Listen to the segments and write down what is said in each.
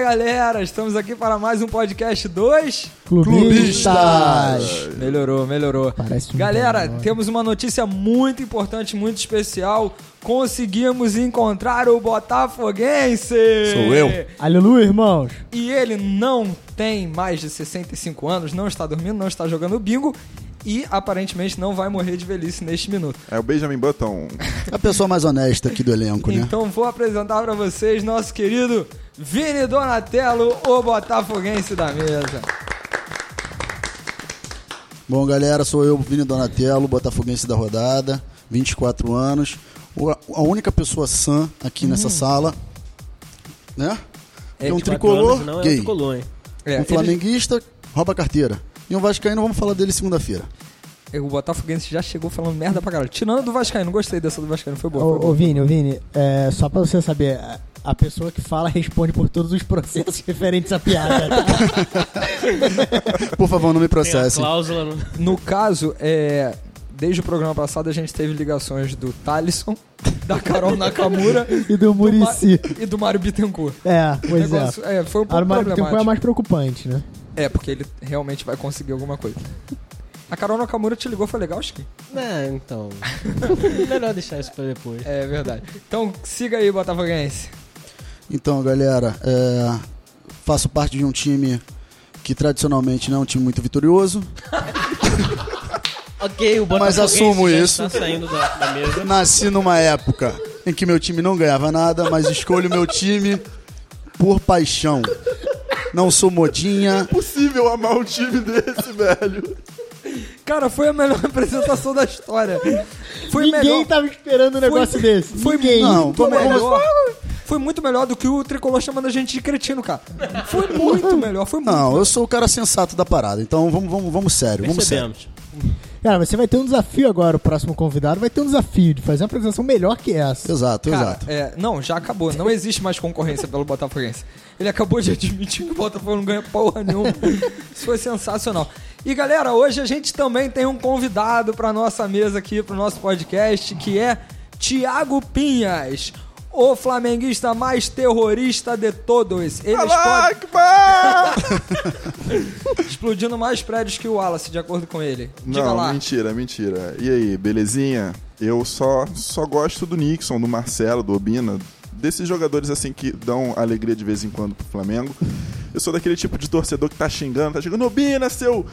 galera, estamos aqui para mais um podcast 2. Clubistas! Melhorou, melhorou. Parece um galera, bom nome. temos uma notícia muito importante, muito especial. Conseguimos encontrar o Botafoguense! Sou eu. Aleluia, irmãos! E ele não tem mais de 65 anos, não está dormindo, não está jogando bingo e aparentemente não vai morrer de velhice neste minuto. É o Benjamin Button. A pessoa mais honesta aqui do elenco, né? Então vou apresentar para vocês nosso querido Vini Donatello, o botafoguense da mesa. Bom, galera, sou eu, Vini Donatello, botafoguense da rodada, 24 anos. O- A única pessoa sã aqui nessa Hum. sala, né? É um 24 tricolor anos, não é um gay. tricolor, hein? É, um flamenguista rouba a carteira. E um vascaíno, vamos falar dele segunda-feira. ele- o botafoguense já chegou falando merda pra caralho. Tirando do Vascaíno, gostei dessa do Vascaíno, foi boa. foi Ô, boa. ô Vini, ô Vini, é, só pra você saber, a- a pessoa que fala responde por todos os processos referentes à piada. tá? Por favor, não me Tem a processe. cláusula no... No caso, é, desde o programa passado a gente teve ligações do Talisson, da Carol Nakamura e do Murici. Ma- e do Mário Bittencourt. É, pois Negócio- é. é, foi um A pouco Armário tempo é a problemático. mais preocupante, né? É, porque ele realmente vai conseguir alguma coisa. A Carol Nakamura te ligou, foi legal, Chiquinho? É, então... Melhor deixar isso pra depois. É verdade. Então siga aí, Botafoguense. Então, galera, é, faço parte de um time que tradicionalmente não é um time muito vitorioso. Ok, o Botafogo Mas assumo isso. Tá saindo da, da mesa. Nasci numa época em que meu time não ganhava nada, mas escolho meu time por paixão. Não sou modinha. Possível amar um time desse, velho. Cara, foi a melhor apresentação da história. Foi Ninguém melhor. tava esperando um negócio desse. Foi Ninguém. Não, muito vamos- vamos- melhor. Foi muito melhor do que o Tricolor chamando a gente de cretino, cara. Foi muito melhor, foi muito Não, eu sou o cara sensato da parada. Então vamos, vamos, vamos sério, vamos sério. Percebemos. Cara, você vai ter um desafio agora, o próximo convidado vai ter um desafio de fazer uma apresentação melhor que essa. Exato, Cara, exato. é, não, já acabou. Não existe mais concorrência pelo Botafoguense. Ele acabou de admitir que o Botafogo não ganha porra nenhuma. Isso foi sensacional. E galera, hoje a gente também tem um convidado para nossa mesa aqui, para o nosso podcast, que é Tiago Pinhas, o flamenguista mais terrorista de todos. Ele explode, explodindo mais prédios que o Wallace, de acordo com ele. Diga Não, lá. mentira, mentira. E aí, belezinha? Eu só, só gosto do Nixon, do Marcelo, do Obina, desses jogadores assim que dão alegria de vez em quando pro Flamengo. Eu sou daquele tipo de torcedor que tá xingando, tá xingando, Obina, seu.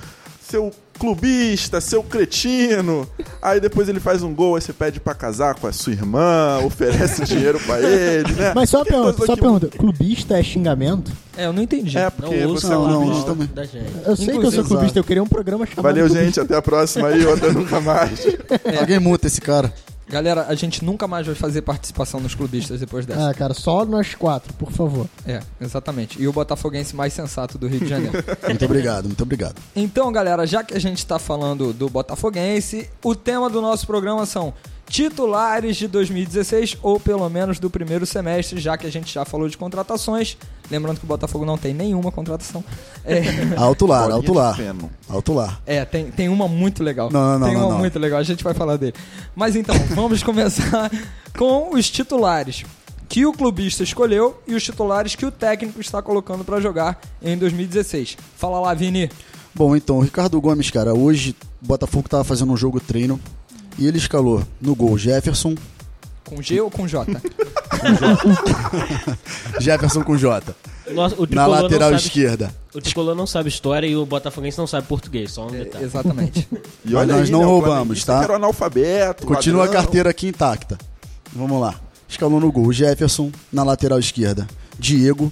Seu clubista, seu cretino. Aí depois ele faz um gol, aí você pede pra casar com a sua irmã, oferece dinheiro pra ele, né? Mas só uma Que pergunta, coisa só uma que- pergunta. Clubista é xingamento? É, eu não entendi. É, Não porque ouça você é não, um não, o isso não, também. da gente. Eu sei que eu sou Inclusive, clubista, exato. eu queria um programa chamado Tá Valeu, Clubista. gente. Até a próxima aí, outra nunca mais. é. Alguém muta esse cara. Galera, a gente nunca mais vai fazer participação nos clubistas depois dessa. Ah, cara, só nós quatro, por favor. É, exatamente. E o botafoguense mais sensato do Rio de Janeiro. Muito obrigado, muito obrigado. então, galera, já que a gente tá falando do botafoguense, o tema do nosso programa são titulares de 2016 ou pelo menos do primeiro semestre, já que a gente já falou de contratações. Lembrando que o Botafogo não tem nenhuma contratação. É, Alto lar, Bolinha alto lar. de feno. Alto lar. é, tem, tem uma muito legal. Não, não, não, Tem uma não, não. muito legal, a gente vai falar dele. Mas então, vamos começar com os titulares que o clubista escolheu e os titulares que o técnico está colocando pra jogar em 2016. Fala lá, Vini. Bom, então, o Ricardo Gomes, cara, hoje o Botafogo tava fazendo um jogo treino e ele escalou no gol Jefferson, Com G ou com J? Jefferson com J, Nossa, o na tricolor não lateral sabe- esquerda. O tricolor não sabe história e o botafoguense não sabe português, só um detalhe. É, Exatamente. E né, Mas nós não o roubamos, flamenguista tá? que Era analfabeto. Continua a ladrão. carteira aqui intacta. Vamos lá. Escalou no gol. Jefferson na lateral esquerda. Diego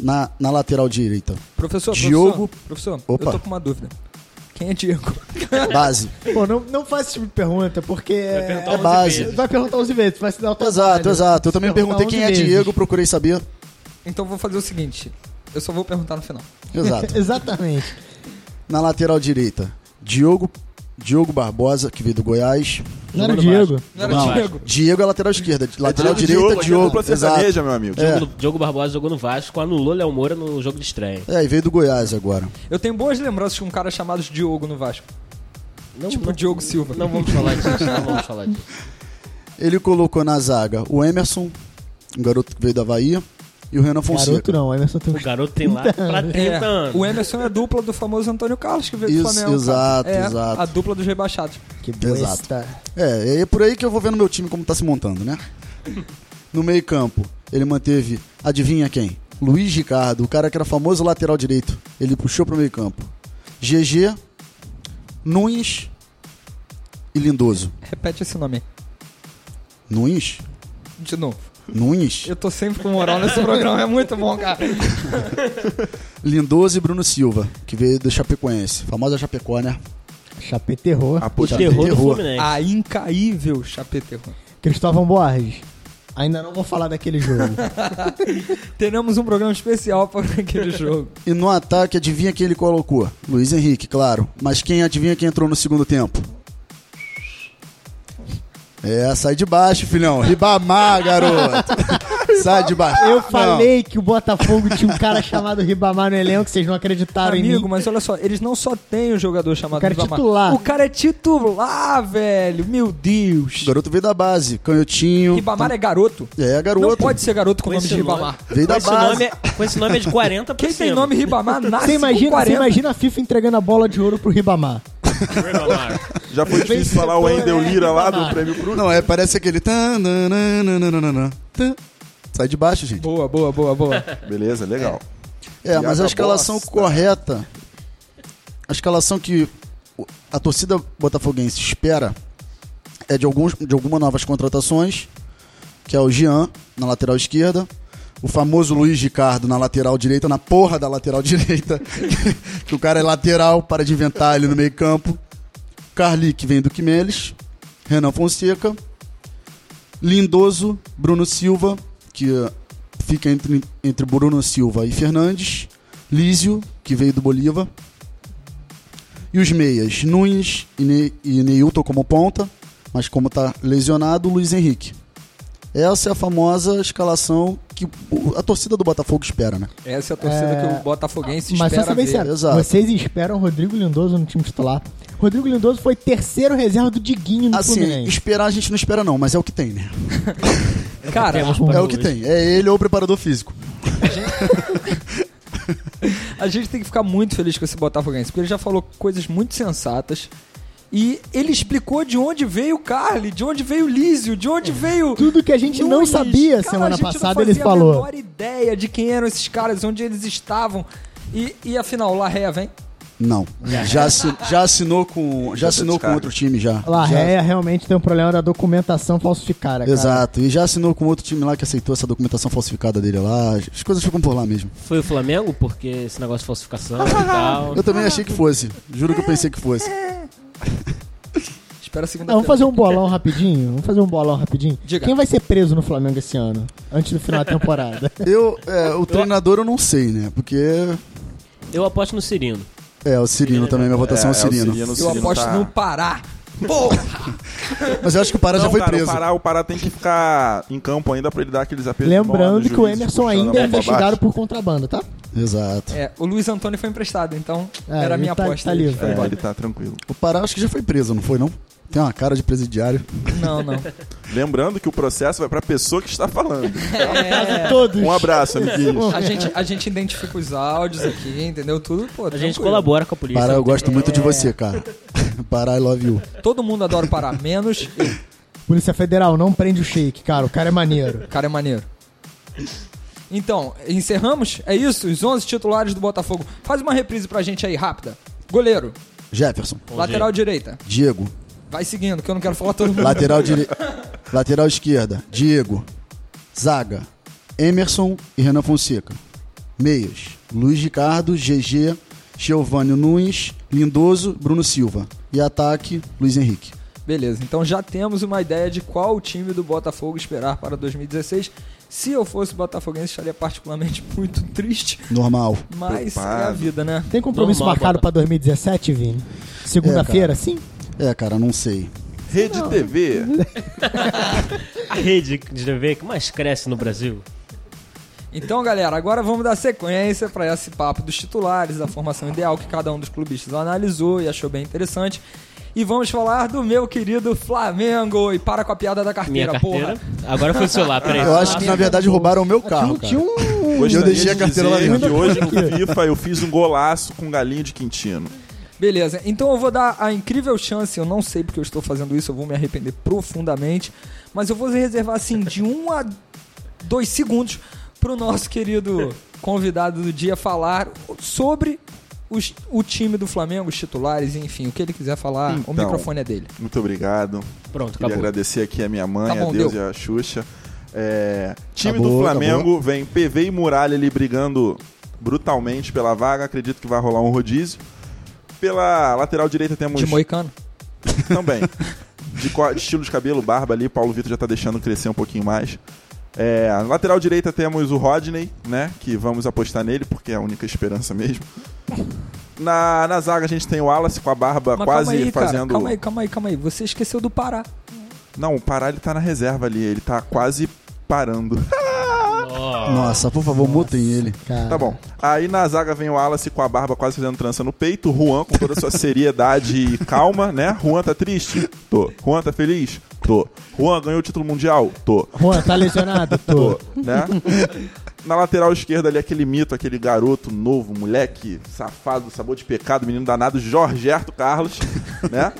na, na lateral direita. Professor, Diogo. professor, professor eu Opa. tô com uma dúvida. Quem é Diego? Base. Pô, não, não faça esse tipo de pergunta, porque. Vai perguntar é onze base. vezes. Vai perguntar 11 vezes, vai se dar o trabalho. exato, exato. Eu também Vai perguntar perguntei quem é 11 vezes. Diego, procurei saber. Então vou fazer o seguinte, eu só vou perguntar no final. Exato. Exatamente. na lateral direita. Diogo. Diogo Barbosa, que veio do Goiás. Não era o Jogando Diego? Não era Não, Diego? Diego é lateral esquerda. Lateral Diogo, direita, Diogo, é Diogo. dupla exato. sertaneja, meu amigo. É. Diogo- Diogo Barbosa jogou no Vasco, anulou Léo Moura no jogo de estreia. É, e veio do Goiás agora. Eu tenho boas lembranças de um cara chamado Diogo no Vasco. Não, tipo não, Diogo Silva. não vamos falar disso, não vamos falar disso. Ele colocou na zaga o Emerson, um garoto que veio da Bahia. e o Renan Fonseca. Garoto não, o Emerson um tem O uns... garoto tem lá pra 30 É, anos. o Emerson é dupla do famoso Antônio Carlos que veio Isso, do Flamengo. exato, cara. é, exato. A dupla dos rebaixados. Que Exato. besta. É, é por aí que eu vou vendo meu time como tá se montando, né? No meio-campo, ele manteve, adivinha quem? Luiz Ricardo, o cara que era famoso lateral direito. Ele puxou pro meio-campo. GG, Nunes e Lindoso. Repete esse nome aí, Nunes? de novo. Nunes? Eu tô sempre com moral nesse programa, é muito bom, cara. Lindoso e Bruno Silva, que veio do Chapecoense. Famosa Chapecó, né? Chapé terror. O Já terror do terror. Fluminense. A incaível Chapete Ruim. Cristóvão Borges. Ainda não vou falar daquele jogo. Teremos um programa especial para aquele jogo. E no ataque, adivinha quem ele colocou? Luiz Henrique, claro. Mas quem adivinha quem entrou no segundo tempo? É, sai de baixo, filhão. Ribamar, garoto. sai de baixo. Eu Não. falei que o Botafogo tinha um cara chamado Ribamar no elenco, vocês não acreditaram em Amigo, mim. mas olha só, eles não só têm um jogador chamado O cara é Ribamar. titular. O cara é titular, velho. Meu Deus. O garoto veio da base. Canhotinho. Ribamar é garoto. É, garoto. Não pode ser garoto com o nome de esse nome- Ribamar. Veio com da esse base. nome é- Com esse nome é de 40 pra Quem tem cima. nome Ribamar nasce Você imagina, com você 40. imagina a FIFA entregando a bola de ouro pro Ribamar. Ribamar. É. Já foi difícil falar o Endel Lira lá do prêmio Cruz. Não, é, parece aquele... tan, nan, nan, nan, nan, nan, nan, tan. Sai de baixo, gente. Boa, boa, boa, boa. Beleza, legal. É, mas Piada a escalação bosta. correta, a escalação que o- a torcida botafoguense espera é de alguns de algumas novas contratações, que é o Jean na lateral esquerda, o famoso Luiz Ricardo na lateral direita, na porra da lateral direita, que o cara é lateral, para de inventar ele no meio-campo. Carli, que vem do Quimeles, Renan Fonseca, Lindoso, Bruno Silva, que eh, fica entre, entre Bruno Silva e Fernandes, Lísio, que veio do Bolívar, e os meias, Nunes e, ne e Neilton como ponta, mas como está lesionado, Luiz Henrique. Essa é a famosa escalação que o- a torcida do Botafogo espera, né? Essa é a torcida É, que o Botafoguense Mas só espera ser bem ver. sério, Exato. vocês esperam Rodrigo Lindoso no time titular? Rodrigo Lindoso foi terceiro reserva do Diguinho no Assim, Fluminense. esperar a gente não espera não, mas é o que tem, né? Cara, Temos É para o que hoje. tem. É ele ou o preparador físico. a gente tem que ficar muito feliz com esse Botafoguense, porque ele já falou coisas muito sensatas. E ele explicou de onde veio o Carly, de onde veio o Lísio, de onde veio. É. Tudo que a gente não Nunes. sabia Cara, semana a gente não passada, fazia ele falou. a menor ideia de quem eram esses caras, onde eles estavam. E, e afinal, o Larrea vem. Não. Já, assi- já assinou com, já assinou com descarga. outro time já. Lá, já, é, realmente tem um problema da documentação falsificada, cara. Exato. E já assinou com outro time lá que aceitou essa documentação falsificada dele lá. As coisas ficam por lá mesmo. Foi o Flamengo, porque esse negócio de falsificação e tal. Eu também achei que fosse. Juro que eu pensei que fosse. Espera a Ah, segunda vamos fazer um bolão rapidinho? Vamos fazer um bolão rapidinho? Diga. Quem vai ser preso no Flamengo esse ano? Antes do final da temporada. Eu, é, o treinador eu não sei, né? Porque Eu aposto no Cirino. é o Cirino também, minha votação é, o Cirino. Eu aposto tá- no Pará. Porra! Mas eu acho que o Pará já Não, foi cara, preso. O Pará, o Pará tem que ficar em campo ainda pra ele dar aqueles apertos. de mão lá no Lembrando que o juiz, Emerson puxando a ainda mão é pra investigado baixo. por contrabando, tá? Exato. É, o Luiz Antônio foi emprestado, então É, era a ele minha tá- aposta. tá Ele livre. foi É, embora. ele tá tranquilo. O Pará acho que já foi preso, não foi não? Tem uma cara de presidiário. Não, não. Lembrando que o processo vai pra pessoa que está falando. É, Todos. Um abraço, amiguinhos. a, gente, a gente identifica os áudios aqui, entendeu? Tudo, pô. A gente tranquilo. colabora com a polícia. Pará, é eu gosto muito de você, cara. Pará, I love you. Todo mundo adora o Pará, menos. eu. Polícia Federal, não prende o shake, cara. O cara é maneiro. O cara é maneiro. Então, encerramos? É isso? Os 11 titulares do Botafogo. Faz uma reprise pra gente aí, rápida. Goleiro, Jefferson. lateral direita. Diego. Vai seguindo, que eu não quero falar todo mundo. Lateral dire... Lateral esquerda, Diego. Zaga, Emerson e Renan Fonseca. Meias, Luiz Ricardo, GG, Giovanni Nunes, Lindoso, Bruno Silva. E ataque, Luiz Henrique. Beleza, então já temos uma ideia de qual o time do Botafogo esperar para 2016. Se eu fosse botafoguense, estaria particularmente muito triste, Normal. mas é a Preocupado. vida, né? Tem compromisso Normal, marcado pra 2017, Vini? Segunda-feira, sim? É, cara, não sei. Rede TV. A rede de TV que mais cresce no Brasil. Então, galera, agora vamos dar sequência para esse papo dos titulares, da formação ideal que cada um dos clubistas analisou e achou bem interessante. E vamos falar do meu querido Flamengo. E para com a piada da Minha carteira, carteira. porra. Agora foi o celular, peraí. Eu acho que na verdade roubaram o meu carro, Tinha Ah, cara. um- tinha Gostaria Eu deixei a de carteira lá dizer dentro. que hoje no FIFA eu fiz um golaço com galinho de Quintino. Beleza, então eu vou dar a incrível chance, eu não sei porque eu estou fazendo isso, eu vou me arrepender profundamente, mas eu vou reservar assim de um a dois segundos para o nosso querido convidado do dia falar sobre os- o time do Flamengo, os titulares, enfim, o que ele quiser falar, o Então. microfone é dele. Muito obrigado. Pronto, Queria acabou. agradecer aqui a minha mãe, Tá bom, a Deus deu. e a Xuxa. É, time do Acabou, Flamengo vem PV e Muralha ali brigando brutalmente pela vaga. Acredito que vai rolar um rodízio. Pela lateral direita temos De Moicano. também. De, co- de estilo de cabelo, barba ali, Paulo Vitor já tá deixando crescer um pouquinho mais. É, na lateral direita temos o Rodney, né? Que vamos apostar nele, porque é a única esperança mesmo. Na, na zaga a gente tem o Wallace com a barba Mas tá quase calma aí, cara, fazendo. calma aí, calma aí, calma aí, você esqueceu do Pará. Não, o Pará ele tá na reserva ali, ele tá quase parando. Nossa, por favor, mutem ele. Cara, tá bom. Aí na zaga vem o Wallace com a barba quase fazendo trança no peito, o Juan com toda a sua seriedade e calma, né? Juan tá triste? Tô. Juan tá feliz? Tô. Juan ganhou o título mundial? Tô. Juan, tá lesionado? Tô. né? Na lateral esquerda ali, aquele mito, aquele garoto novo, moleque, safado, sabor de pecado, menino danado, Jorgerto Carlos, né?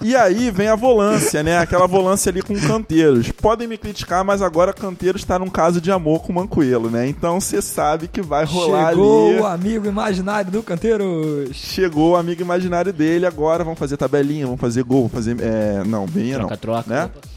E aí vem a volância, né? Aquela volância ali com canteiros. Podem me criticar, mas agora canteiros tá num caso de amor com o Mancoelo, né? Então você sabe que vai rolar Chegou ali. o amigo imaginário do Canteiros. Chegou o amigo imaginário dele, agora vamos fazer tabelinha, vamos fazer gol, vamos fazer. é, Não, bem não. Troca-troca. Né? É,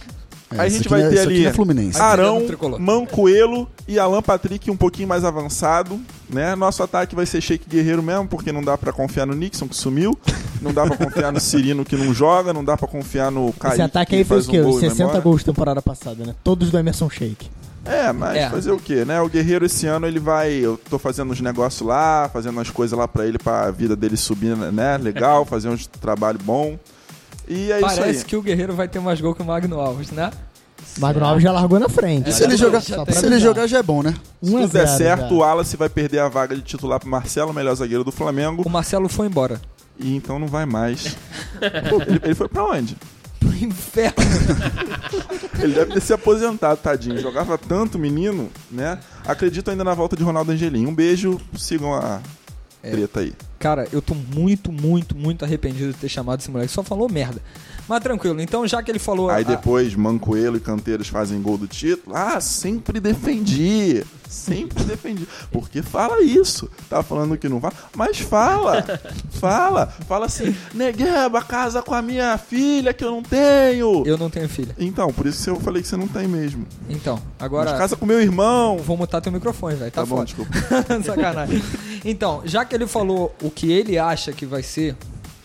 Aí a isso gente aqui vai não é- ter isso aqui ali não é Fluminense. Ah, Arão, Pegando o tricolor. Mancoelo e Alan Patrick um pouquinho mais avançado, né? Nosso ataque vai ser Shake Guerreiro mesmo, porque não dá pra confiar no Nixon que sumiu, não dá pra confiar no Cirino que não joga, não dá pra confiar no Caio. Esse ataque aí foi um o quê? Os 60 gols temporada passada, né? Todos do Emerson Shake. É, mas É. fazer o quê, né? O Guerreiro esse ano ele vai, eu tô fazendo uns negócios lá, fazendo umas coisas lá pra ele, pra vida dele subir, né? Legal, fazer uns trabalho bom. E é isso Parece aí. que o Guerreiro vai ter mais gol que o Magno Alves, né? Magno Alves já largou na frente. Se ele, Só tá jogar, pra se ele avisar. jogar já é bom, né? um Se tudo der certo, o o Wallace vai perder a vaga de titular pro Marcelo, melhor zagueiro do Flamengo. O Marcelo foi embora. E então não vai mais. Pô, ele, ele foi pra onde? Pro inferno. Ele deve ter se aposentado, tadinho. Jogava tanto, menino, né? Acredito ainda na volta de Ronaldo Angelim. Um beijo, sigam a É. treta aí. Cara, eu tô muito, muito, muito arrependido de ter chamado esse moleque. Só falou merda. Mas tranquilo, então já que ele falou. Aí a- depois Mancoelo e Canteiros fazem gol do título. Ah, sempre defendi. Sempre defendi. Porque fala isso. Tá falando que não vai, mas fala. Fala. Fala assim, negueba, casa com a minha filha que eu não tenho. Eu não tenho filha. Então, por isso que eu falei que você não tem mesmo. Então, agora. Mas casa com meu irmão. Vou mutar teu microfone, velho. Tá, Tá bom, foda. desculpa. Sacanagem. Então, já que ele falou o que ele acha que vai ser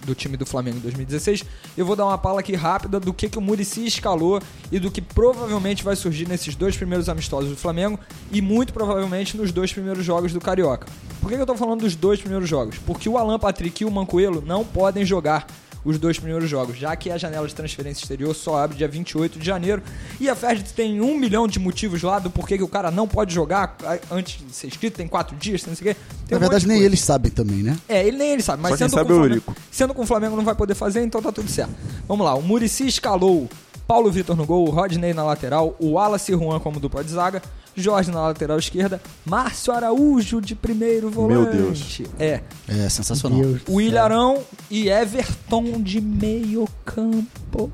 do time do Flamengo em 2016, eu vou dar uma pala aqui rápida do que, que o Murici escalou e do que provavelmente vai surgir nesses dois primeiros amistosos do Flamengo e muito provavelmente nos dois primeiros jogos do Carioca. Por que, que eu tô falando dos dois primeiros jogos? Porque o Alan Patrick e o Mancoelo não podem jogar os dois primeiros jogos, já que a janela de transferência exterior só abre dia 28 de janeiro. E a Ferdi tem um milhão de motivos lá do porquê que o cara não pode jogar a- antes de ser inscrito, tem quatro dias, tem não sei o quê. Tem Na um verdade, monte de nem coisa. eles sabem também, né? É, ele nem ele sabe, mas Só quem sendo, sabe com é o o Flamengo, Eurico. sendo com o Flamengo não vai poder fazer, então tá tudo certo. Vamos lá, o Murici escalou Paulo Vitor no gol, Rodney na lateral, o Wallace e Juan como dupla de zaga, Jorge na lateral esquerda, Márcio Araújo de primeiro volante. Deus. É, É sensacional. William Arão e Everton de meio campo.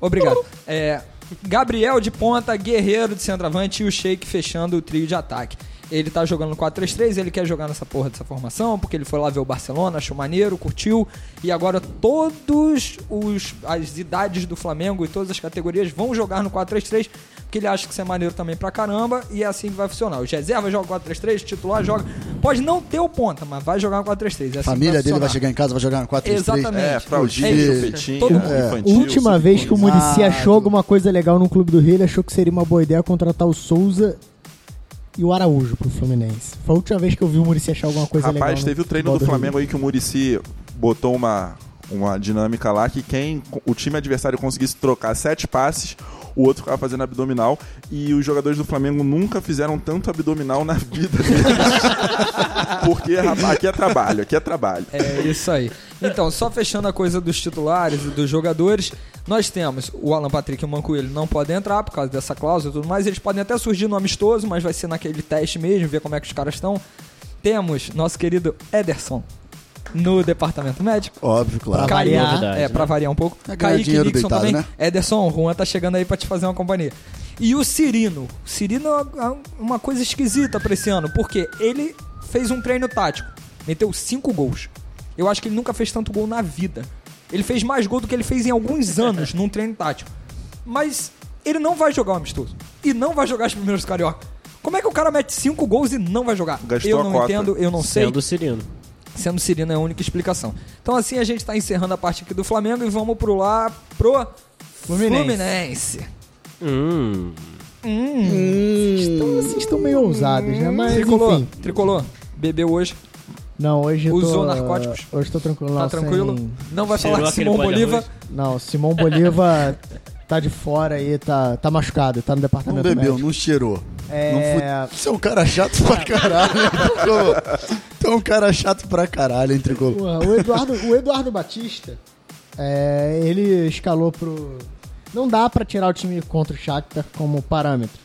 Obrigado. É, Gabriel de ponta, Guerreiro de centroavante e o Sheik fechando o trio de ataque. Ele tá jogando no 4-3-3, ele quer jogar nessa porra dessa formação, porque ele foi lá ver o Barcelona, achou maneiro, curtiu. E agora todos os as idades do Flamengo e todas as categorias vão jogar no 4-3-3, porque ele acha que isso é maneiro também pra caramba, e é assim que vai funcionar. Os reservas jogam 4-3-3, o titular joga. Pode não ter o ponta, mas vai jogar no 4-3-3. É assim que A família dele vai funcionar. chegar em casa, vai jogar no 4 Exatamente. É, fraldinha, É isso. chupetinha, Todo mundo. infantil. Última essas vez que o coisas. Murici Ah, achou alguma coisa legal no Clube do Rio, ele achou que seria uma boa ideia contratar o Souza e o Araújo pro Fluminense. Foi a última vez que eu vi o Murici achar alguma coisa legal. Rapaz, no teve o treino futebol do Rio. Flamengo aí que o Murici botou uma, uma dinâmica lá que quem o time adversário conseguisse trocar sete passes, o outro ficava fazendo abdominal e os jogadores do Flamengo nunca fizeram tanto abdominal na vida deles. Porque rapaz, aqui é trabalho, aqui é trabalho. É isso aí. Então, só fechando a coisa dos titulares e dos jogadores, nós temos o Alan Patrick e o Mancoelho não podem entrar por causa dessa cláusula e tudo mais. Eles podem até surgir no amistoso, mas vai ser naquele teste mesmo, ver como é que os caras estão. Temos nosso querido Ederson no departamento médico. Óbvio, claro. Pra Kaique- variar. Novidade, é, né? pra variar um pouco. É ganhar Kaique dinheiro Nixon deitado, também. né? Ederson, o Juan tá chegando aí pra te fazer uma companhia. E o Cirino. O Cirino é uma coisa esquisita pra esse ano, porque ele fez um treino tático. Meteu cinco gols. Eu acho que ele nunca fez tanto gol na vida. Ele fez mais gol do que ele fez em alguns anos num treino tático. Mas ele não vai jogar o amistoso. E não vai jogar os primeiros carioca. Como é que o cara mete cinco gols e não vai jogar? Gastou eu a não cota. entendo, eu não sei. Sendo É Cirino. Sendo Cirino é a única explicação. Então assim a gente tá encerrando a parte aqui do Flamengo e vamos pro lá pro Fluminense. Fluminense. Hum. Então, vocês estão meio ousados, né? Mas, tricolor, enfim. tricolor. Bebeu hoje, Não, hoje eu tô... Usou narcóticos? Hoje tô tranquilo. tá não, tranquilo? sem- Não vai Cheirou falar de aquele Simão pó de Bolívar. arroz? Não, Simão Bolívar tá de fora aí, tá, tá machucado, tá no Não departamento bebeu, médico. não cheirou. É... Não fu- Você é um cara chato pra caralho. Tricolor. Tu é um cara chato pra caralho, hein, Tricolor? Porra, o Eduardo, o Eduardo Batista, é, ele escalou pro... Não dá pra tirar o time contra o Shakhtar como parâmetro.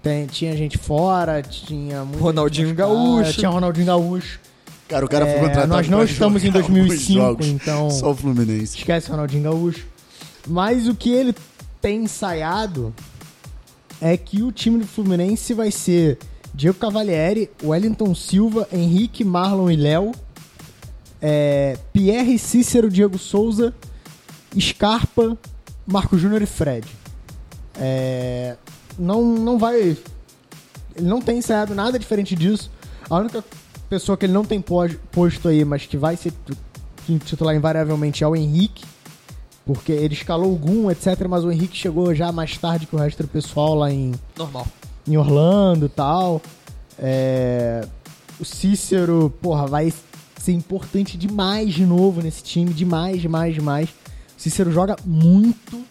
Tem- tinha gente fora, tinha... muita Ronaldinho gente machucada, Gaúcho. Tinha Ronaldinho Gaúcho. Cara, o cara É, foi contratado nós não pra estamos em jogar 2005, alguns jogos. então- Só o Fluminense. Esquece o Ronaldinho Gaúcho. Mas o que ele tem ensaiado é que o time do Fluminense vai ser Diego Cavalieri, Wellington Silva, Henrique, Marlon e Léo, é, Pierre Cícero, Diego Souza, Scarpa, Marco Júnior e Fred. É, não, não vai. Ele não tem ensaiado nada diferente disso. A única pessoa que ele não tem pos- posto aí, mas que vai ser t- titular invariavelmente é o Henrique. Porque ele escalou o Gum, etc. Mas o Henrique chegou já mais tarde que o resto do pessoal lá em, Normal. em Orlando e tal. É, o Cícero, porra, vai ser importante demais de novo nesse time. Demais, demais, demais. O Cícero joga muito.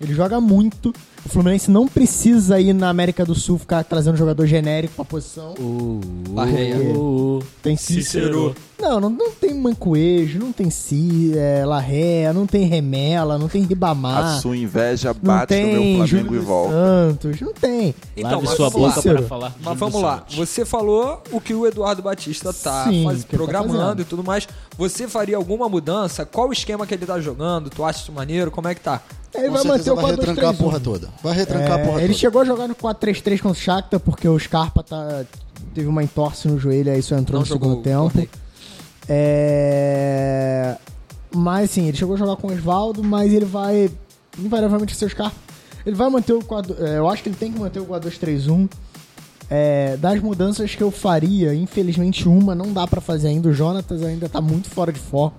Ele joga muito. O Fluminense não precisa ir na América do Sul ficar trazendo um jogador genérico pra posição. Barreia. Uh, Tem Cícero. Não, não, não tem Mancoejo, não tem Si, é, Larré, não tem Remela, não tem A Ribamar. sua inveja Não bate no tem meu Flamengo Júlio e dos volta. Santos, não tem. Então, Lave mas sua vamos boca lá. para falar. de Mas Júlio vamos lá, Santos. você falou o que o Eduardo Batista tá Sim, faz- o que ele tá programando fazendo. e tudo mais. Você faria alguma mudança? Qual o esquema que ele tá jogando? Tu acha isso maneiro? Como é que tá? Ele Com vai certeza manter o vai retrancar a 4-2-3-1. porra toda. Vai retrancar a É, porra ele toda. chegou a jogar no 4-3-3 contra o Shakhtar porque o Scarpa tá- teve uma entorse no joelho, aí só entrou Não no segundo jogou o tempo. torneio. É, Mas sim, ele chegou a jogar com o Osvaldo, mas ele vai invariavelmente ser o Scarpa. Ele vai manter o 4 é, Eu acho que ele tem que manter o 4-2-3-1. É, das mudanças que eu faria, infelizmente uma não dá pra fazer ainda. O Jonatas ainda tá muito fora de forma.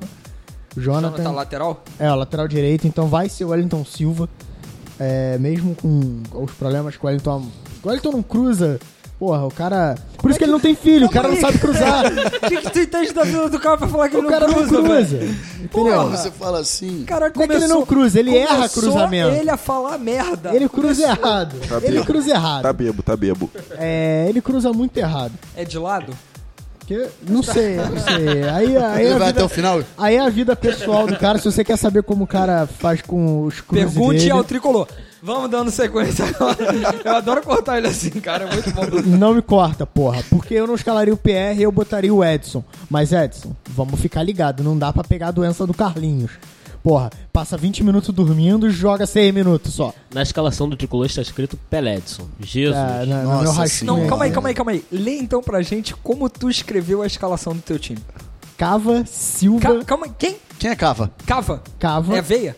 O Jonathan Jonathan, Tá lateral? é, o lateral direito, então vai ser o Wellington Silva. É, mesmo com os problemas que o Wellington. O Wellington não cruza. Porra, o cara. Por isso que ele não tem filho, o cara não sabe cruzar. O que, que tu entende da vida do cara pra falar que O ele cara não não cruza, cruza. velho? Porra, Entendeu? você fala assim. Cara, Não é que ele não cruza, ele erra cruzamento. ele a falar merda. Ele cruza errado. Tá Ele bêbado. cruza Tá errado. bebo, tá bebo. É, ele cruza muito errado. É de lado? Porque, não sei, não sei. Aí, aí, Ele a vai até vida, o final. aí a vida pessoal do cara, se você quer saber como o cara faz com os cruzes Pergunte dele, ao tricolor. Vamos dando sequência agora. Eu adoro cortar ele assim, cara. É muito bom. Não me corta, porra. Porque eu não escalaria o PR e eu botaria o Edson. Mas, Edson, vamos ficar ligado. Não dá pra pegar a doença do Carlinhos. Porra, passa 20 minutos dormindo e joga 6 minutos só. Na escalação do tricolor está escrito Peledson. Jesus. É, na- no Nossa meu rascunho Não, Sim, aqui. calma aí, é. calma aí, calma aí. Lê então pra gente como tu escreveu a escalação do teu time. Cava, Silva, Ca- calma aí, quem? Quem é Cava? Cava? Uhum. Cava, É veia?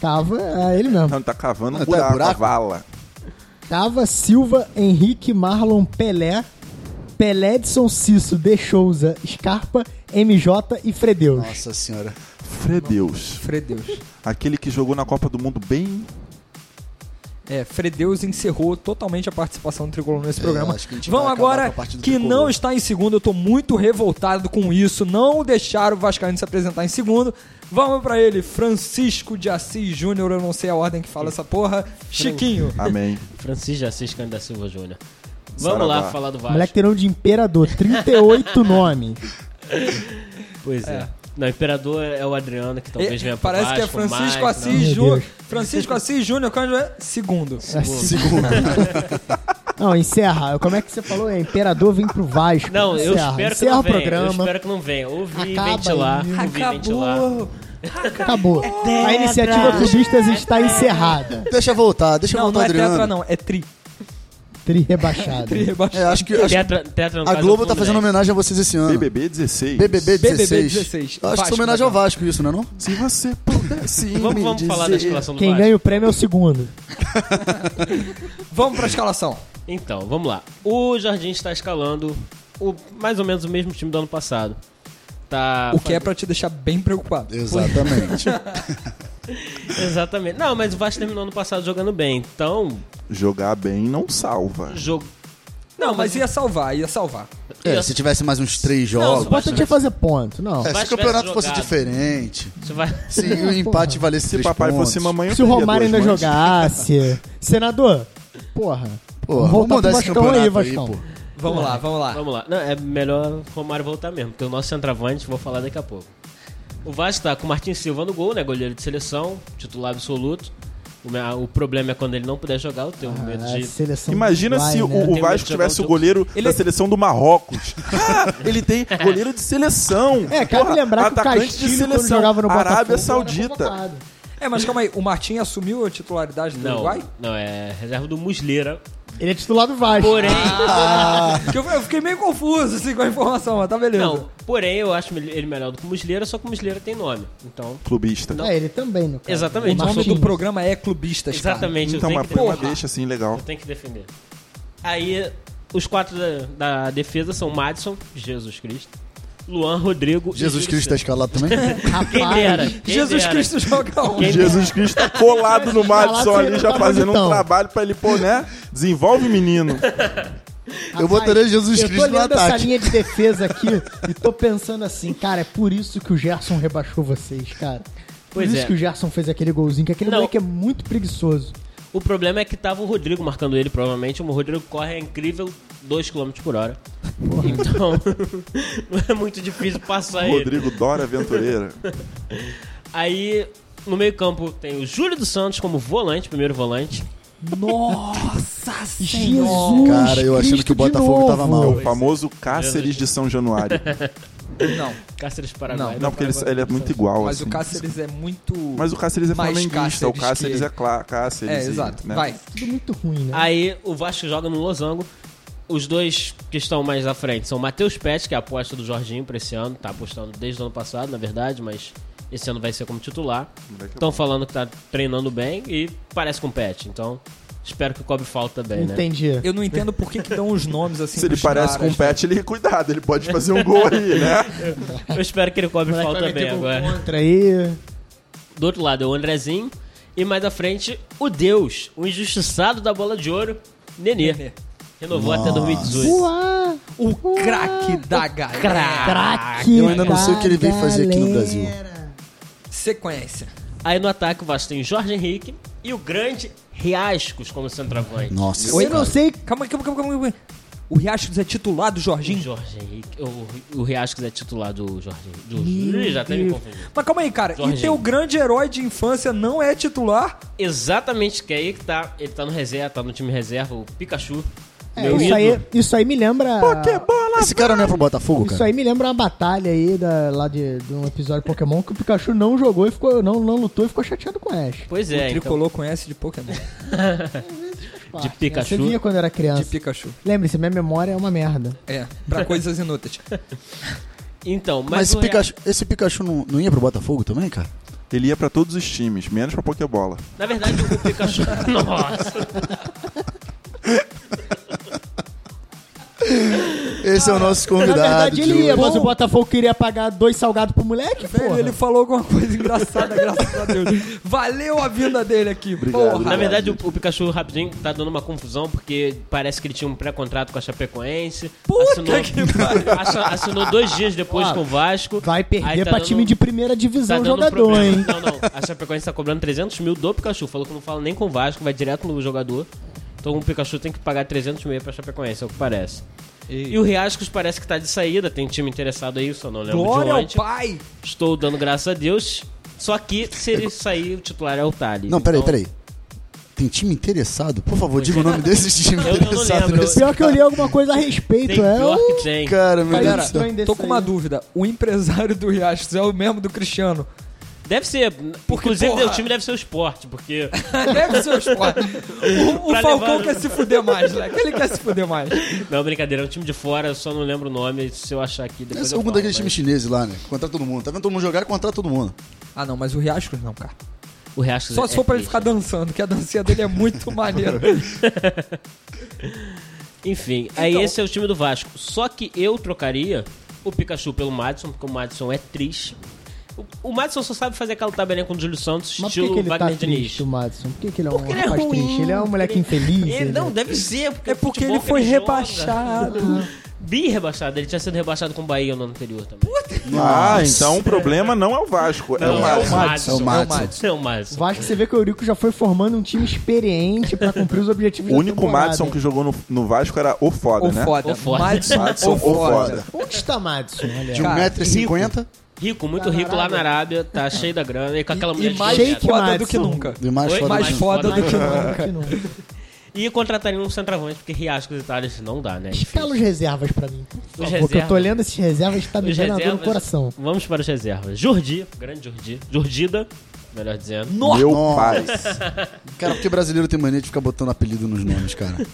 Cava, é ele mesmo. Não, tá cavando um Tá buraco, buraco? a vala. Cava, Silva, Henrique, Marlon, Pelé, Pelé, Edson, Cisso, De Souza, Scarpa, MJ e Fredeus. Nossa senhora. Fredeus. Fredeus. Aquele que jogou na Copa do Mundo bem. É, Fredeus encerrou totalmente a participação do Tricolor nesse programa. É, acho que a gente Vamos vai acabar agora, com a parte do que Tricolor. não está em segundo. Eu tô muito revoltado com isso. Não deixaram o Vascaíno se apresentar em segundo. Vamos pra ele, Francisco de Assis Júnior. Eu não sei a ordem que fala essa porra. Chiquinho. Amém. Francisco de Assis Cândido da Silva Júnior. Vamos Saravá. lá falar do Vasco. Moleque tem nome de imperador, 38 nomes. Pois é. Não, Imperador é o Adriano, que talvez E- venha pro parece que é Vasco, Francisco Vasco, não. Assis Meu Júnior. Deus. Francisco Assis Júnior, quando é segundo. Segundo. Não, encerra. Como é que você falou? É, imperador vem pro Vasco. Não, eu Encerra. espero que Encerra não o venha. Eu programa. espero que não venha. Ouvi Acaba ventilar. aí. Ouvi ventilar. Acabou. A iniciativa Clubistas está encerrada. Deixa eu voltar, deixa eu Não, voltar, não é Adriano. tetra, não. É tri. Tri rebaixado. Tri rebaixado. É, acho que acho que Tetra, tetra no a caso, é o Globo tá fazendo Fluminense. homenagem a vocês esse ano. BBB 16. BBB 16. BBB 16. Acho que Vasco, isso é homenagem ao Vasco, isso, não é não? Se você pudesse Vamos, me vamos falar da dizer- escalação do Quem Vasco. ganha o prêmio é o segundo. É. Vamos pra escalação. Então, vamos lá. O Jardim está escalando o, mais ou menos o mesmo time do ano passado. Tá O que é pra te deixar bem preocupado. Exatamente. Exatamente. Não, mas o Vasco terminou ano passado jogando bem. Então, Jogar bem não salva. jogo. Não, mas ia salvar, ia salvar. É, se tivesse mais uns três Não, jogos. O importante é fazer ponto. Não. É, se Vasco o campeonato tivesse fosse jogado. diferente, Você vai. se o empate valesse Se três papai pontos. fosse mamãe, eu Se o perdia Romário ainda duas mães. jogasse. Senador, porra. Porra, vamos voltar mudar pro esse Vascão aí, campeonato aí, Vascão. pô. Vamos lá, vamos lá. Vamos lá. Não, é melhor o Romário voltar mesmo, porque o nosso centroavante, vou falar daqui a pouco. O Vasco tá com o Martin Silva no gol, né? Goleiro de seleção, titular absoluto. O, me- o problema é quando ele não puder jogar, eu tenho medo Ah, de. seleção Imagina vai, se o, né? o Tem medo Vasco de jogar tivesse o o goleiro Ele da é- seleção do Marrocos. Ah, ele tem goleiro de seleção. É, cabe lembrar que o Castilho, quando jogava no Botafogo, Arábia era Saudita. convocado. É, mas calma aí, o Martim assumiu a titularidade do Não, Uruguai? não, é reserva do Musleira. Ele é titular do Vasco. Porém. Que eu, eu fiquei meio confuso assim, com a informação, mas tá beleza. Não, porém eu acho ele melhor do que o Musleira, só que o Musleira tem nome. Então. Clubista. É, ele também, no caso. Exatamente, O Martins. nome do programa é Clubistas, cara. Exatamente, Então, eu, mas tenho que põe uma defender. deixa assim, legal. eu tenho que defender. Aí, os quatro da, da defesa são Madison, Jesus Cristo, Luan, Rodrigo e Jesus Júlio Cristo tá César. escalado também? Quem dera. quem Jesus dera. Cristo joga onde? Jesus Cristo tá colado no Madison Tá lá, ali, já tá fazendo um bonitão. trabalho pra ele pôr, né? Desenvolve, menino. Eu botaria Jesus Eu tô Cristo no olhando essa ataque. linha de defesa aqui e tô pensando assim, cara, é por isso que o Gerson rebaixou vocês, cara. Por Pois isso é. que o Gerson fez aquele golzinho, que aquele Não. moleque é muito preguiçoso. O problema é que tava o Rodrigo marcando ele, provavelmente. O Rodrigo corre a incrível 2 km por hora. Então, não é muito difícil passar ele. Rodrigo Dora Aventureira. Aí, no meio-campo, tem o Júlio dos Santos como volante, primeiro volante. Nossa Jesus! Cara, eu achando Cristo que o de Botafogo novo. tava É mal. o famoso Cáceres de São Januário. Não, Cáceres Paraguai. né? Não, porque ele, ele é muito igual, mas assim. o Cáceres é muito... Mas o Cáceres é mais flamenguista, o Cáceres que- é clá, Cáceres. É, e- exato. né? Vai. Tudo muito ruim, né? Aí o Vasco joga no Losango. Os dois que estão mais à frente são o Matheus Pet, que é a aposta do Jorginho pra esse ano, tá apostando desde o ano passado, na verdade, mas esse ano vai ser como titular. Moleque é Estão falando que tá treinando bem e parece com o Pet, então espero que cobre falta bem, né? Entendi. Eu não entendo por que, que dão os nomes assim Se ele pros parece com caras. um pet, ele cuidado, ele pode fazer um gol aí, né? Eu espero que ele cobre O moleque vai falta meter bem gol agora. Contra aí. Do outro lado é o Andrezinho e mais à frente o Deus, o injustiçado da bola de ouro, Nenê. Nenê. Renovou até 2018. Uá! O craque da Ah, galera. Craque! eu ainda não sei o que ele veio fazer aqui no Brasil. Sequência. Aí no ataque o Vasco tem Jorge Henrique e o grande Riascos como centroavante. Nossa. Eu não sei. Calma aí, calma, calma, calma. calma. O Riachos é titular do O Jorginho? Jorge Henrique. O, o Riascos é titular do Jorge Henrique. Do, Ih, já até me confundi. Mas calma aí, cara. E Jorginho. teu grande herói de infância não é titular? Exatamente, que é aí que tá. Ele tá no reserva, tá no time reserva, o Pikachu. É, meu isso, ídolo. aí, isso aí me lembra. Esse cara não é pro Botafogo, Isso cara? aí me lembra uma batalha aí da, lá de, de um episódio de Pokémon que o Pikachu não jogou e ficou. Não, não lutou e ficou chateado com o Ash. Pois o é, então, Tricolor conhece de Pokémon. de Você Pikachu. via quando era De criança. Pikachu. Lembre-se, minha memória é uma merda. É, pra coisas inúteis. Então, mas, Mas o esse Rea- Pikachu, esse Pikachu não, não ia pro Botafogo também, cara? Ele ia pra todos os times, menos pra Pokébola. Na verdade, o Pikachu. Nossa! Esse é o nosso Na convidado. verdade, de ele ia, hoje. mas o Botafogo queria pagar dois salgados pro moleque, Velho, porra. ele falou alguma coisa engraçada, graças a Deus. Valeu a vinda dele aqui, porra. Na verdade, o, o Pikachu rapidinho tá dando uma confusão, porque parece que ele tinha um pré-contrato com a Chapecoense. Puta assinou, que pariu. assi- assinou dois dias depois com o Vasco. Vai Aí perder tá pra dando- time de primeira Tá divisão dando jogador, problema. hein? Não, não. A Chapecoense tá cobrando 300 mil do Pikachu. Falou que não fala nem com o Vasco, vai direto no jogador. Então o Pikachu tem que pagar 300 mil pra Chapecoense, é o que parece. E o Riascos parece que tá de saída, tem time interessado aí, só não lembro Glória de ao onde. pai! Estou dando graças a Deus. Só que se ele sair, o titular é o Thales. Não, peraí, Então, peraí. Tem time interessado? Por favor, diga o nome desses times Eu- eu não interessados lembro. nesse Pior que eu li alguma coisa a Tem respeito, é. pior o- que tem. cara, meu Galera, Deus do céu. tô com uma Indecente. dúvida. O empresário do Riachos é o mesmo do Cristiano. Deve ser. Porque, Inclusive, porra- o time deve ser o esporte, porque. Deve ser o esporte. O, o Pra Falcão levar- né? quer se fuder mais, moleque. Ele quer se fuder mais. Não, brincadeira, é um time de fora, eu só não lembro o nome. Se eu achar aqui, depois. Esse é eu algum falo, daqueles mas- times chineses lá, né? Contrata todo mundo. Tá vendo todo mundo jogar, contrata todo mundo. Ah, não, mas o Riachos não, cara. O Riascos Só é se for pra ele triste. ficar dançando, que a dancinha dele é muito maneira. Enfim, aí Então- esse é o time do Vasco. Só que eu trocaria o Pikachu pelo Madison, porque o Madison é triste. O, o Madison só sabe fazer aquela tabelinha com o Júlio Santos, Mas por que, estilo que ele tá Wagner triste, Diniz. o Madison? Por que, que ele é um Porque ele é rapaz ruim, triste? Ele é um moleque infeliz? Ele, não, é- deve ser. Porque É o porque futebol ele que foi joga- rebaixado. Bem rebaixado, ele tinha sido rebaixado com o Bahia no ano anterior também. Ah, então o problema não é o Vasco, é Não, o Vasco. Madison. É o Madison. É o Madison. O Vasco, você vê que o Eurico já foi formando um time experiente pra cumprir os objetivos O da é único temporada. Madison que jogou no, no Vasco era o foda, Ou né? foda. Ou foda. Madison, Madison ou ou foda. foda. Onde está Madison? De Aliás? é 1,50m Rico, muito Tá na rico lá na Arábia. Arábia, tá cheio da grana e com aquela E mulher de mais dois metros. Shake foda do Madison. que nunca. e mais Oi? fora Mais do- foda do que nunca. Cara, que nunca. E contrataria um centroavante, porque Riascos e Thales não dá, né? Escala os reservas pra mim. Por favor, que eu reservas. tô olhando esses reservas e tá me Os dando a dor no reservas- coração. Vamos para os reservas. Jordi, grande Jordi. Jordida, melhor dizendo. Nossa, Meu Nossa. pai. Cara, porque brasileiro tem mania de ficar botando apelido nos nomes, cara.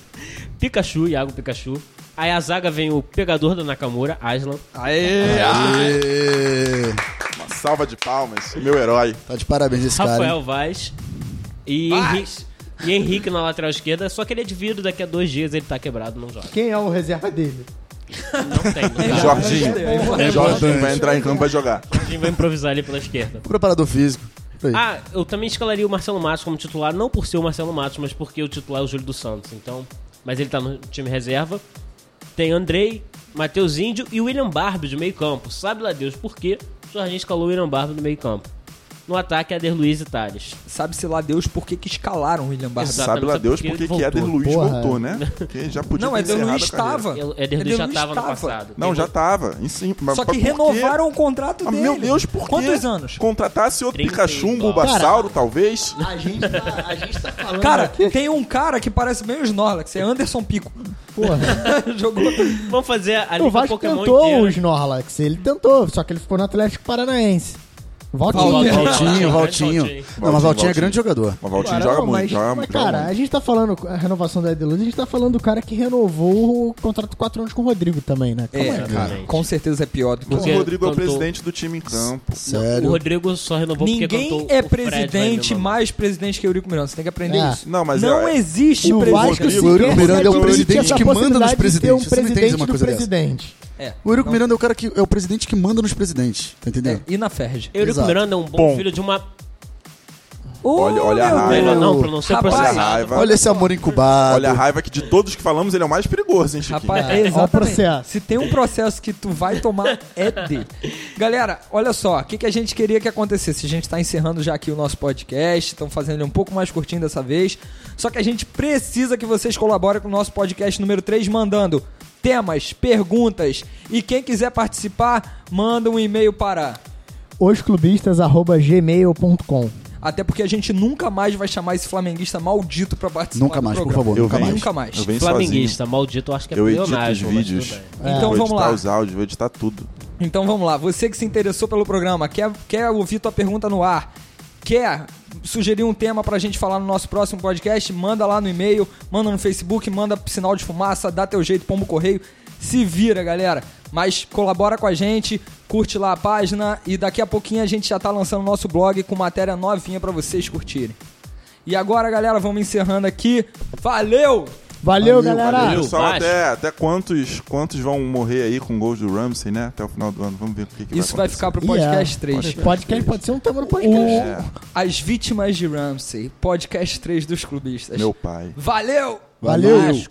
Pikachu, Iago Pikachu. Aí a zaga vem o pegador da Nakamura, Aslan. Aê! Aê! É, Uma salva de palmas, meu herói. Tá de parabéns esse cara. hein? Rafael Vaz. E Henrique, e Henrique na lateral esquerda. Só que ele é de vidro, daqui a dois dias ele tá quebrado, não joga. Quem é o reserva dele? Não tem. É, Não dá. Jorginho. é importante. Jorginho vai entrar em campo e vai jogar. A gente vai improvisar ali pela esquerda. Preparador físico. Peraí. Ah, eu também escalaria o Marcelo Matos como titular, não por ser o Marcelo Matos, mas porque o titular é o Júlio dos Santos. Então, mas ele tá no time reserva. Tem Andrei, Matheus Índio e William Barbie de meio campo. Sabe lá Deus por quê? O Jorginho escalou o William Barbie do meio campo. No ataque, Ader Luiz e Tales. Sabe-se lá Deus por que que escalaram o William Barros. Exato. Sabe lá sabe Deus porque porque ele que Éder voltou. Luiz Porra. voltou, né? Porque já podia Não, ter é Éder encerrado Luiz Tipo, a carreira. estava. É Éder Luiz já tava no estava. passado. Não, Quem já voltou? tava. Em cima, mas- Só mas que por quê? renovaram o contrato Ah, dele. meu Deus, por quê? Quantos anos? Contratasse outro 30 e Pikachu, um tal. Bulbasauro, talvez? A gente tá, a gente tá falando. Cara, aqui, tem um cara que parece meio Snorlax, é Anderson Pico. porra. Jogou. Vamos fazer a O Liga Vasco Pokémon tentou inteira. o Snorlax. Ele tentou, só que ele ficou no Atlético Paranaense. Valtinho. Valtinho. Valtinho, Valtinho, Valtinho. Valtinho. Não, mas Valtinho é Valtinho. grande jogador. Mas o Valtinho Cara, joga não, muito, mas, joga, mas, joga cara, muito. a gente tá falando a renovação da Edeluz, a gente tá falando do cara que renovou o contrato de 4 anos com o Rodrigo também, né? Calma aí, É, cara. Exatamente. com certeza é pior do que Porque O Rodrigo é o cantou- presidente do time em campo. O Sério. Rodrigo só renovou porque Ninguém cantou é o Fred vai presidente me mamar. mais presidente que Eurico Miranda. Você tem que aprender É. isso. Não, mas não é- existe O Vasco Rodrigo- sequer o Eurico Miranda é o permite presidente essa que manda nos possibilidade de ter presidentes. Um Você não entende presidente uma do coisa dessa. presidente. É. O Eurico Miranda é o cara que é o presidente que manda nos presidentes, tá entendendo? É, E na Ferg. Eurico Exato. Miranda é um bom, Bom. filho de uma... Olha- olha a meu raiva. Melhor Deus. não, pronunciar Ah, Rapaz, Olha a processado. raiva. Olha esse amor incubado. Olha a raiva que de todos que falamos, ele é o mais perigoso, hein, Chiquinho? Rapaz, É, ó o processo. Se tem um processo que tu vai tomar, é dele. Galera, olha só, o que, que a gente queria que acontecesse? A gente tá encerrando já aqui o nosso podcast, estamos fazendo ele um pouco mais curtinho dessa vez. Só que a gente precisa que vocês colaborem com o nosso podcast número 3, mandando temas, perguntas. E quem quiser participar, manda um e-mail para. Osclubistas.gmail.com Até porque a gente nunca mais vai chamar esse flamenguista maldito pra participar. Nunca do mais, por programa. favor, nunca mais. Nunca mais. Eu venho Flamenguista, maldito, eu acho que é sozinho. Eu edito os pleonasmo, mas tudo vídeos. bem. Então vou vamos editar lá. os áudios, vou editar tudo. Então vamos lá, você que se interessou pelo programa, quer, quer ouvir tua pergunta no ar, quer sugerir um tema pra gente falar no nosso próximo podcast, manda lá no e-mail, manda no Facebook, manda sinal de fumaça, dá teu jeito, pombo correio, se vira, galera. Mas colabora com a gente, curte lá a página e daqui a pouquinho a gente já tá lançando o nosso blog com matéria novinha pra vocês curtirem. E agora, galera, vamos encerrando aqui. Valeu! Valeu, Valeu, galera! valeu. Pessoal, baixo. até, até quantos, quantos vão morrer aí com gols do Ramsey, né? Até o final do ano. Vamos ver o que, que Isso vai acontecer. ficar pro E é. podcast 3. Podcast pode ser um tema no podcast. As Vítimas de Ramsey, podcast 3 dos clubistas. Meu pai. Valeu! Valeu. Vasco.